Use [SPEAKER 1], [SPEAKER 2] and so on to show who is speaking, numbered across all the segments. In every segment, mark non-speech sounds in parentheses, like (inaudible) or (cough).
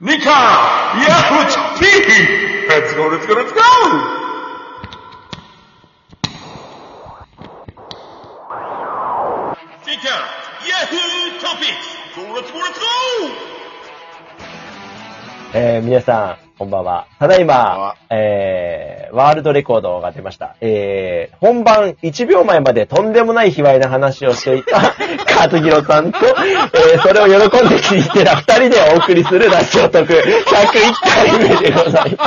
[SPEAKER 1] Nikon! Yeah, which P! Let's go, let's go, let's go! Nikon! Yahoo Topics! Go, let's go, let's go!
[SPEAKER 2] えー皆さん、こんばんは。ただい
[SPEAKER 3] ん
[SPEAKER 2] ま
[SPEAKER 3] ば、
[SPEAKER 2] えーワールドレコードが出ました。えー本番1秒前までとんでもない卑猥な話をしていた (laughs) カズヒロさんと、えーそれを喜んで聞いてた二人でお送りするラジオ特101回目でござい
[SPEAKER 3] (laughs)
[SPEAKER 2] ま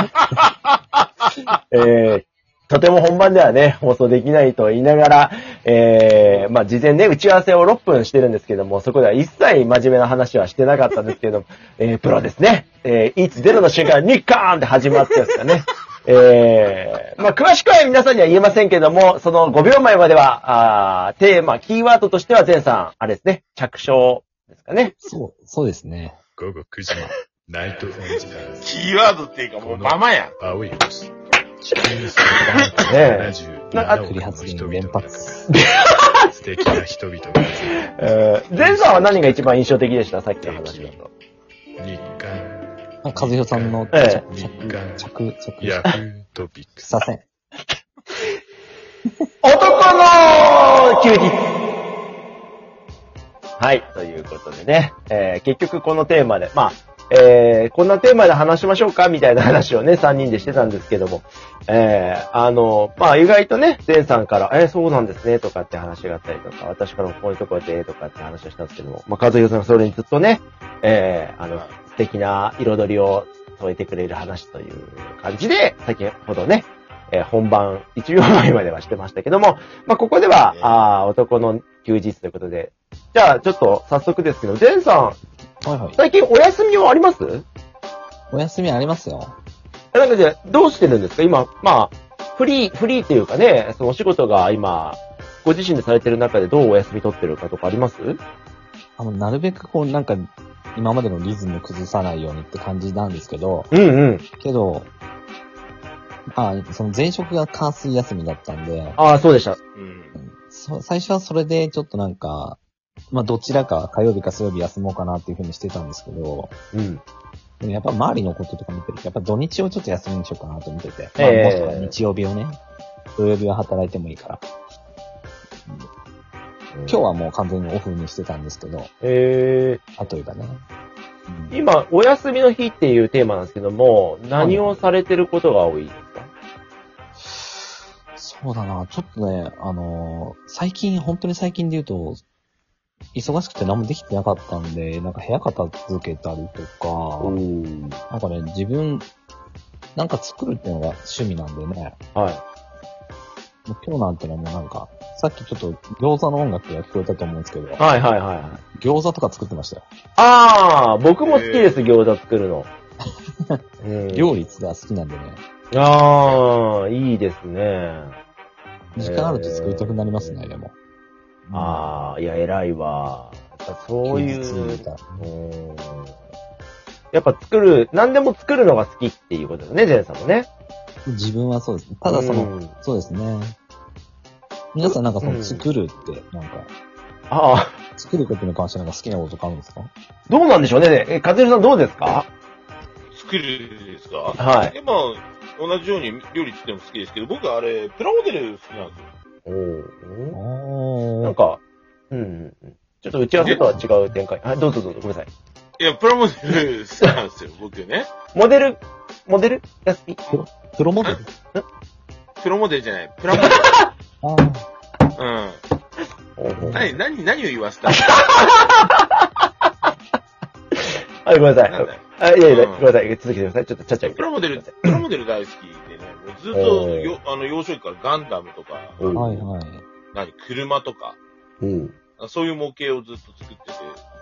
[SPEAKER 2] す。えーとても本番ではね、放送できないと言いながら、えー、まあ事前ね、打ち合わせを6分してるんですけども、そこでは一切真面目な話はしてなかったんですけども、えー、プロですね。えー、いつ出るの瞬間、ニッカーンって始まってですかね。えー、まあ詳しくは皆さんには言えませんけども、その5秒前までは、あーテーマ、キーワードとしては前さん、あれですね、着床ですかね。
[SPEAKER 4] そう、そうですね。
[SPEAKER 3] 午後9時のナイトオンジャーズ。
[SPEAKER 1] キーワードっていうかもうママやん。
[SPEAKER 3] 青い星。地球に77億
[SPEAKER 4] 振り発
[SPEAKER 3] の人
[SPEAKER 4] 言連
[SPEAKER 3] 々が
[SPEAKER 4] 発。
[SPEAKER 2] (laughs)
[SPEAKER 3] 素敵な人々が集まる
[SPEAKER 2] えー、前さんは何が一番印象的でしたさっきの話だと。
[SPEAKER 3] 日刊、
[SPEAKER 4] まあ和弘さんの
[SPEAKER 2] え
[SPEAKER 4] 着、
[SPEAKER 2] (laughs)
[SPEAKER 4] 着、着、着、
[SPEAKER 3] ヤフートピックス。
[SPEAKER 4] 左遷。
[SPEAKER 2] 男の休日はい、ということでね、えー結局このテーマで、まあ、えーこんなテーマで話しましょうかみたいな話をね、3人 (laughs) でしてたんですけども、えーあの、まあ意外とね、前さんから、えーそうなんですね、とかって話があったりとか、私からもこういうところで、とかって話をしたんですけども、まあ、和弘さんがそれにずっとね、えーあの、素敵な彩りを添えてくれる話という感じで、先ほどね、えー本番1秒前まではしてましたけども、まあ、ここでは、あー男の休日ということで、じゃあ、ちょっと早速ですけど、ゼンさ
[SPEAKER 4] はいは
[SPEAKER 2] ん、
[SPEAKER 4] い。
[SPEAKER 2] 最近お休みはあります
[SPEAKER 4] お休みありますよ。
[SPEAKER 2] えなんかじゃあどうしてるんですか今、まあ、フリー、フリーというかね、そのお仕事が今、ご自身でされてる中でどうお休み取ってるかとかあります
[SPEAKER 4] あの、なるべくこう、なんか、今までのリズム崩さないようにって感じなんですけど、
[SPEAKER 2] うんうん。
[SPEAKER 4] けど、まあ、その前職が関水休みだったんで、
[SPEAKER 2] ああ、そうでした。
[SPEAKER 1] うん。
[SPEAKER 4] そ最初はそれでちょっとなんか、まあどちらか火曜日か水曜日休もうかなっていうふうにしてたんですけど、
[SPEAKER 2] うん。
[SPEAKER 4] でもやっぱ周りのこととか見てると、やっぱ土日をちょっと休みにしようかなと思ってて、まあ
[SPEAKER 2] ええ
[SPEAKER 4] もしくは日曜日をね、土曜日は働いてもいいから。今日はもう完全にオフにしてたんですけど、
[SPEAKER 2] え
[SPEAKER 4] あというかね。うん
[SPEAKER 2] ー、今、お休みの日っていうテーマなんですけども、何をされてることが多いですか
[SPEAKER 4] そうだな、ちょっとね、あのー最近、本当に最近で言うと、忙しくて何もできてなかったんで、なんか部屋片付けたりとか、
[SPEAKER 2] ん。
[SPEAKER 4] なんかね、自分、なんか作るっていうのが趣味なんでね、
[SPEAKER 2] は
[SPEAKER 4] もう今日なんてのはもうなんか、さっきちょっと餃子の音楽が聞こえたと思うんですけど
[SPEAKER 2] い。、はいはいはいはい。
[SPEAKER 4] 餃子とか作ってましたよ。
[SPEAKER 2] ああ、僕も好きです、餃子作る (laughs) の。うん
[SPEAKER 4] 料理が好きなんでね、
[SPEAKER 2] ああ、いいですね。
[SPEAKER 4] 時間あると作りたくなりますね、
[SPEAKER 2] えー
[SPEAKER 4] でも。
[SPEAKER 2] ああ、いや、偉いわ。やっぱそうい
[SPEAKER 4] 休
[SPEAKER 2] う
[SPEAKER 4] 日みたいな。
[SPEAKER 2] うんやっぱ作る、何でも作るのが好きっていうことだね、ジェンさんもね。
[SPEAKER 4] 自分はそうです。ただその、
[SPEAKER 2] うん
[SPEAKER 4] そうですね。皆さんなんかそ
[SPEAKER 2] うん
[SPEAKER 4] の作るって、なんか、
[SPEAKER 2] ああ、
[SPEAKER 4] 作ることに関してなんか好きなこととかあるんですか
[SPEAKER 2] どうなんでしょうね。え、かずるさんどうですか
[SPEAKER 1] 作るですか
[SPEAKER 2] はい。
[SPEAKER 1] でも、同じように料理っても好きですけど、僕はあれ、プラモデル好きなんですよ。
[SPEAKER 2] おー
[SPEAKER 4] お
[SPEAKER 2] なんか、うん。ちょっと打ち合わせとは違う展開。はい、どうぞどうぞ、ごめんなさい。
[SPEAKER 1] いや、プラモデル好きなんですよ、僕ね。
[SPEAKER 2] モデル、モデルが好き
[SPEAKER 4] プロモデル
[SPEAKER 1] プロモデルじゃない、プラモデル。
[SPEAKER 4] ああ。
[SPEAKER 1] うん。
[SPEAKER 2] おー
[SPEAKER 1] (laughs) 何、何、何を言わせた (laughs)
[SPEAKER 2] はい、ごめんなさい。
[SPEAKER 1] なんだよ
[SPEAKER 2] あ、いやいや、
[SPEAKER 1] うん
[SPEAKER 2] ごめんなさい。続けてください。ちょっとちゃっちゃい
[SPEAKER 1] プラモデル、プラモデル大好きでね、もうずっ
[SPEAKER 2] お
[SPEAKER 1] と
[SPEAKER 2] ー
[SPEAKER 1] よ、あの、幼少期からガンダムとか、
[SPEAKER 2] うん
[SPEAKER 4] はいはい。
[SPEAKER 1] 何、車とか、
[SPEAKER 2] うん。
[SPEAKER 1] そういう模型をずっと作ってて、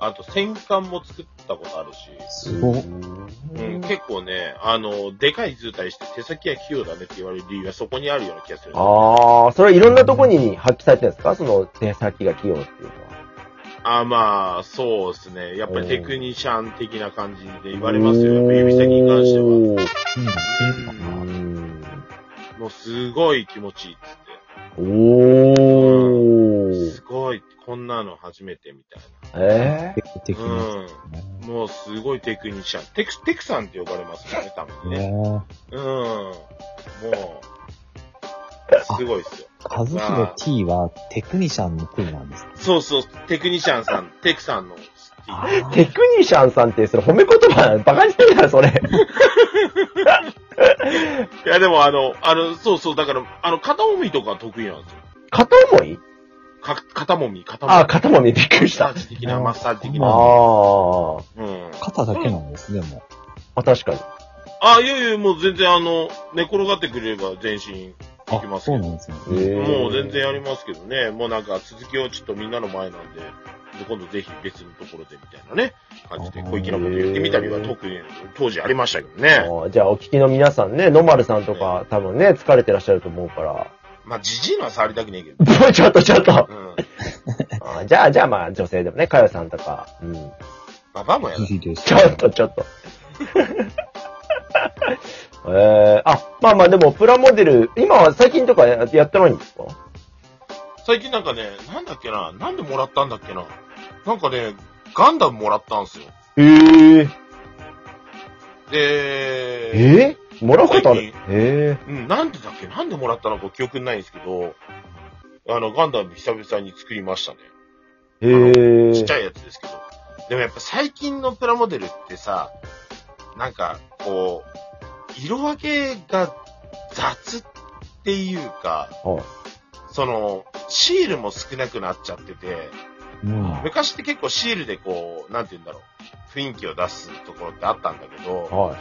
[SPEAKER 1] あと戦艦も作ったことあるし、
[SPEAKER 4] すごっ。
[SPEAKER 1] うん、結構ね、あの、でかい図体して手先が器用だねって言われる理由がそこにあるような気がする。
[SPEAKER 2] ああ、それはいろんなとこに発揮されてるんですかその手先が器用っていうのは。
[SPEAKER 1] あまあ、そうですね。やっぱりテクニシャン的な感じで言われますよ。やっぱ指先に関しては。
[SPEAKER 4] うん
[SPEAKER 1] もうすごい気持ちいいっつっ
[SPEAKER 2] おーお
[SPEAKER 1] て。
[SPEAKER 2] ー
[SPEAKER 1] すごい、こんなの初めてみたい
[SPEAKER 2] ええ
[SPEAKER 4] テクテクニ
[SPEAKER 1] な。うん。もうすごいテクニシャン。テク、テクさんって呼ばれますよね、多分ね。
[SPEAKER 4] ねね
[SPEAKER 1] うん。もう、すごいっすよ。
[SPEAKER 4] 和弘 T はテクニシャンの T なんですね。
[SPEAKER 1] そうそう、テクニシャンさん、テクさんの T。
[SPEAKER 2] テクニシャンさんって、それ褒め言葉、バカにしてるな、それ。
[SPEAKER 1] いや、でもあの、あの、そうそう、だから、あの、片もみとか得意なんですよ。
[SPEAKER 2] 片思い
[SPEAKER 1] か、肩もみ、肩もみ。
[SPEAKER 2] あ、肩もみびっくりし
[SPEAKER 1] マ
[SPEAKER 2] た。あ
[SPEAKER 1] ッサージ的な、マッサージ的
[SPEAKER 2] あ
[SPEAKER 1] な。
[SPEAKER 2] ー。
[SPEAKER 1] うん。
[SPEAKER 4] 肩だけなんですね、も
[SPEAKER 2] あ、確かに。
[SPEAKER 1] あ、いやいや、もう全然あの、寝転がってくれれば全身
[SPEAKER 4] う。
[SPEAKER 1] いきます
[SPEAKER 4] そう
[SPEAKER 1] よ
[SPEAKER 4] なんですね。
[SPEAKER 1] もう全然やりますけどね。もうなんか続きをちょっとみんなの前なんで、今度ぜひ別のところでみたいなね、感じで小粋なこと言ってみたりは特に当時ありましたけど (laughs) ね。
[SPEAKER 2] あーじゃあ、お聞きの皆さんね、野丸さんとか、多分ね、疲れてらっしゃると思
[SPEAKER 1] (laughs)
[SPEAKER 2] うから。
[SPEAKER 1] まあ、じじいのは触りたくねえけど。
[SPEAKER 2] ちょっと、ちょっと。あ
[SPEAKER 1] うん。
[SPEAKER 2] ーじゃあ、じゃあ、まあ、女性でもね、かよさんとか。うん。
[SPEAKER 1] ババアもやだ。
[SPEAKER 4] いいです
[SPEAKER 2] ちょっと、ちょっと。 (laughs) えー、あ、まあまあ、でも、プラモデル、今は最近とかややってないんですか
[SPEAKER 1] 最近なんかね、なんだっけな、なんでもらったんだっけな。なんかね、ガンダムもらったんすよ。
[SPEAKER 2] えー、
[SPEAKER 1] で、
[SPEAKER 2] えー、もらうことある
[SPEAKER 1] 最
[SPEAKER 2] え
[SPEAKER 1] うん、なんでだっけなんでもらったのか記憶にないんですけど、あの、ガンダム久々に作りましたね。
[SPEAKER 2] ー、えー、
[SPEAKER 1] ちっちゃいやつですけど。でもやっぱ最近のプラモデルってさ、なんか、こう、色分けが雑っていうか、
[SPEAKER 2] はい
[SPEAKER 1] その、シールも少なくなっちゃってて、
[SPEAKER 4] うん。
[SPEAKER 1] 昔って結構シールでこう、なんて言うんだろう、雰囲気を出すところってあったんだけど、
[SPEAKER 2] は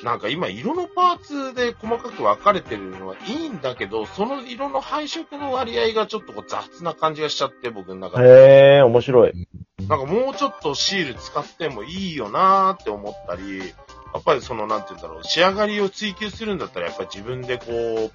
[SPEAKER 2] い。
[SPEAKER 1] なんか今色のパーツで細かく分かれてるのはいいんだけど、その色の配色の割合がちょっとこう雑な感じがしちゃって、僕の中で。
[SPEAKER 2] へえー、面白い。
[SPEAKER 1] なんかもうちょっとシール使ってもいいよなーって思ったり、やっぱりその、なんて言うんだろう、仕上がりを追求するんだったら、やっぱり自分でこう、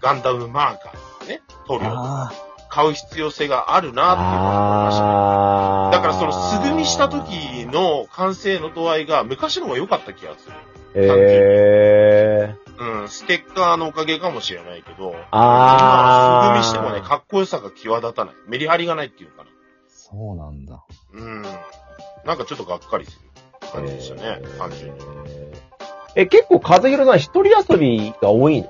[SPEAKER 1] ガンダムマーカーとかね、塗料、
[SPEAKER 4] ああ、
[SPEAKER 1] 買う必要性があるなーっていうのが思いましたね。
[SPEAKER 2] あー。
[SPEAKER 1] だからその素組みした時の完成の度合いが昔の方が良かった気がする。
[SPEAKER 2] えー、
[SPEAKER 1] うん、ステッカーのおかげかもしれないけど、
[SPEAKER 2] あー
[SPEAKER 1] 今は素組みしてもね、かっこよさが際立たない。メリハリがないっていうのかな。
[SPEAKER 4] そうなんだ。
[SPEAKER 1] うん。なんかちょっとがっかりする感じでしたね、単純に。
[SPEAKER 2] え、結構、和弘さん一人遊びが多いの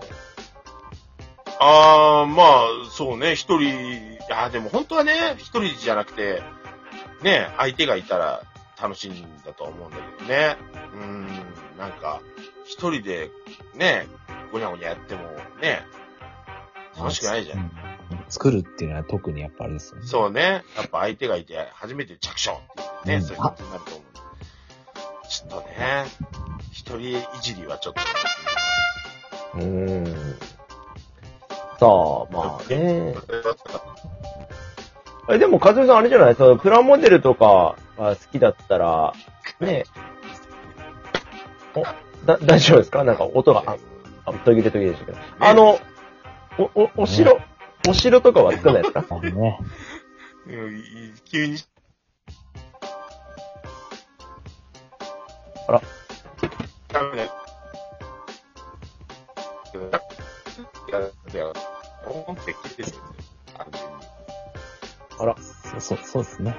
[SPEAKER 1] ああ、まあ、そうね、一人、ああ、でも本当はね、一人じゃなくて、ね、相手がいたら楽しいんだとは思うんだけどね。うーん、なんか、一人で、ね、ごにゃごにゃやっても、ね、楽しくないじゃん。
[SPEAKER 4] うん。作るっていうのは特にやっぱあれですよね。
[SPEAKER 1] そうね、やっぱ相手がいて、初めて着手っていう
[SPEAKER 4] う
[SPEAKER 1] ね、
[SPEAKER 4] ん
[SPEAKER 1] そういうことになると思う。ちょっとね、一人いじりはちょっと。
[SPEAKER 2] うーん。さあ、まあね。え、でも、和弘さんあれじゃないその、プラモデルとかが好きだったら、ね。お、だ、大丈夫ですかなんか音が、あ、あ途切れ途切れでしたけど。あの、お、お、お城、お城とかは作んないですか
[SPEAKER 4] あのね。
[SPEAKER 1] うん急に
[SPEAKER 2] あら。
[SPEAKER 1] ダメだよ。音声切れてるよ完
[SPEAKER 4] そうそう、そうですね。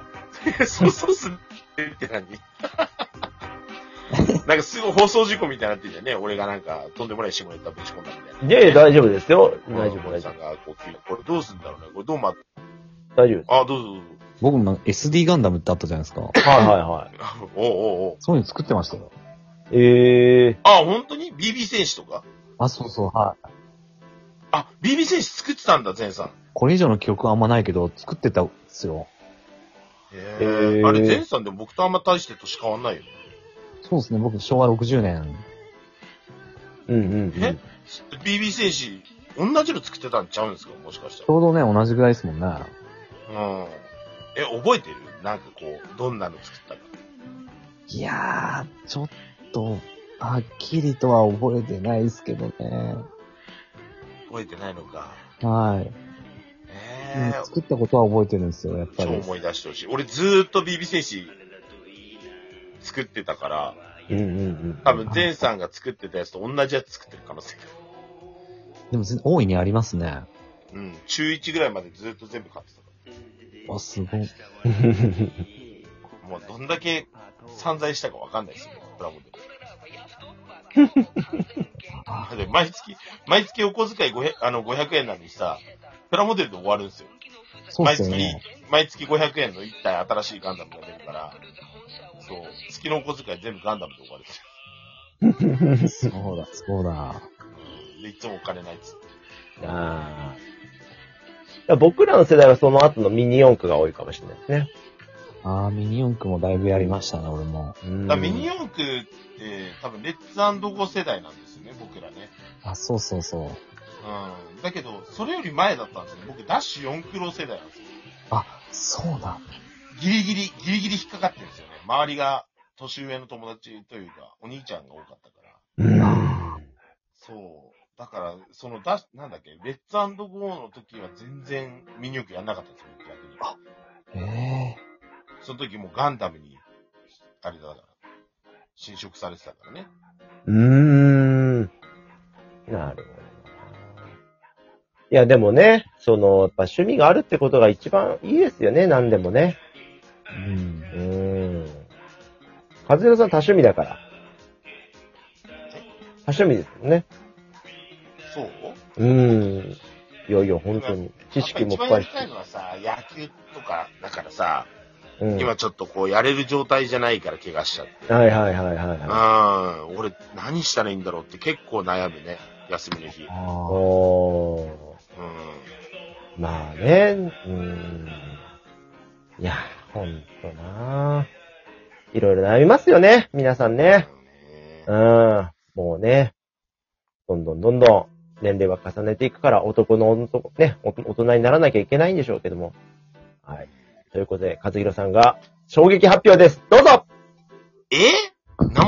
[SPEAKER 1] 全に (laughs) そうそうするって何 (laughs) なんかすぐ放送事故みたいになってんじゃんね。俺がなんかとんでもない下ネタぶち込んだみたいな。
[SPEAKER 2] (laughs) いやいや、大丈夫ですよ。大丈
[SPEAKER 1] うん
[SPEAKER 2] 夫、
[SPEAKER 1] 森
[SPEAKER 2] 大
[SPEAKER 1] さ
[SPEAKER 2] 丈
[SPEAKER 1] ん
[SPEAKER 2] 夫。
[SPEAKER 1] がこう急にこれどうすんだろうね。これどうま、
[SPEAKER 2] 大丈夫で
[SPEAKER 1] あ、どうぞどうぞ。
[SPEAKER 4] 僕も SD ガンダムってあったじゃないですか。
[SPEAKER 2] す。はいはいはい。
[SPEAKER 1] おうおうおう。
[SPEAKER 4] そういうの作ってましたよ。
[SPEAKER 2] ええ
[SPEAKER 1] あ、本当に ?BB 選手とか
[SPEAKER 4] あ、そうそう、はい。
[SPEAKER 1] あ、BB 選手作ってたんだ、全さん。
[SPEAKER 4] これ以上の記憶はあんまないけど、作ってたんですよ。
[SPEAKER 1] え
[SPEAKER 2] へー
[SPEAKER 1] あれ、前さんでも僕とあんま大して年変わんないよね。
[SPEAKER 4] そうですね、僕昭和60年。
[SPEAKER 2] うんうんうん。
[SPEAKER 1] え ?BB 戦士、同じの作ってたんちゃうんですかもしかし
[SPEAKER 4] ち
[SPEAKER 1] たら。
[SPEAKER 4] ょうどね、同じぐらいですもんね。
[SPEAKER 1] うん。え、覚えてるなんかこう、どんなの作ったか。
[SPEAKER 4] いやー、ちょっと、はっきりとは覚えてないですけどね。
[SPEAKER 1] 覚えてないのか。
[SPEAKER 4] はい。
[SPEAKER 1] え
[SPEAKER 4] うん
[SPEAKER 1] ー、
[SPEAKER 4] 作ったことは覚えてるんですよ、やっぱ
[SPEAKER 1] 超
[SPEAKER 4] り。
[SPEAKER 1] 思い出してほしい。俺ずーっと BB 戦士、作ってたから、
[SPEAKER 2] うんうんうん。
[SPEAKER 1] 多分前さんが作ってたやつと同じやつ作ってる可能性がある。
[SPEAKER 4] でも、大いにありますね。
[SPEAKER 1] うん。中1ぐらいまでずーっと全部買ってた。
[SPEAKER 4] わ、すごい。
[SPEAKER 1] もうどんだけ散財したかわかんないですよ、プラモデル。あで毎月、毎月お小遣い500あの500円なのにさ、プラモデルで終わるんですよ。
[SPEAKER 4] そうっすよね。
[SPEAKER 1] 毎月500円の1体新しいガンダムが出るから、そう、月のお小遣い全部ガンダムで終わるんですよ
[SPEAKER 4] そうだ、そうだ。
[SPEAKER 1] うん。で、いつもお金ないっつって。
[SPEAKER 2] (laughs) ああ。僕らの世代はその後のミニ四駆が多いかもしれないですね。
[SPEAKER 4] あー、ミニ四駆もだいぶやりましたね、俺も。
[SPEAKER 2] うん
[SPEAKER 1] だからミニ四駆って多分レッツゴー世代なんですよね、僕らね。
[SPEAKER 4] あ、そうそうそう。
[SPEAKER 1] うん。だけど、それより前だったんですよ。僕、ダッシュ4クロ世代なんですよ。
[SPEAKER 4] あ、そうだ。
[SPEAKER 1] ギリギリ、ギリギリ引っかかってるんですよね。周りが、年上の友達というか、お兄ちゃんが多かったから。
[SPEAKER 2] うん
[SPEAKER 1] そう。だから、そのダッシュ、なんだっけ、レッツゴーの時は全然ミニ四駆やんなかったんですよ、僕逆に。
[SPEAKER 4] ええ
[SPEAKER 1] その時もうガンダムに、あれだから、侵食されてたからね。
[SPEAKER 2] うーん。なるほど。いや、でもね、その、やっぱ趣味があるってことが一番いいですよね、何でもね。
[SPEAKER 4] う
[SPEAKER 2] う。
[SPEAKER 4] ん
[SPEAKER 2] ーん。和弘さん多趣味だから。多趣味ですよね。
[SPEAKER 1] そう
[SPEAKER 2] うーん。いやいや、本当に。知識も
[SPEAKER 1] やっぱ一番や
[SPEAKER 2] 深い
[SPEAKER 1] り
[SPEAKER 2] し。
[SPEAKER 1] たいのはさ、野球とか、だからさ、
[SPEAKER 2] うん、は
[SPEAKER 1] 今ちょっとこう、やれる状態じゃないから怪我しちゃって。
[SPEAKER 2] いはいはいはいは
[SPEAKER 1] うん、俺、何したらいいんだろうって結構悩むね。休みの日。うん。
[SPEAKER 2] い。
[SPEAKER 4] あ
[SPEAKER 2] おー。まあね、うーん。いや、ほんとな。いろいろ悩みますよね、皆さんね。うん。もうね、どんどんどんどん年齢は重ねていくから、男の男、ね、お大人にならなきゃいけないんでしょうけども。はい。ということで、和弘さんが衝撃発表です。どうぞ
[SPEAKER 1] えなんも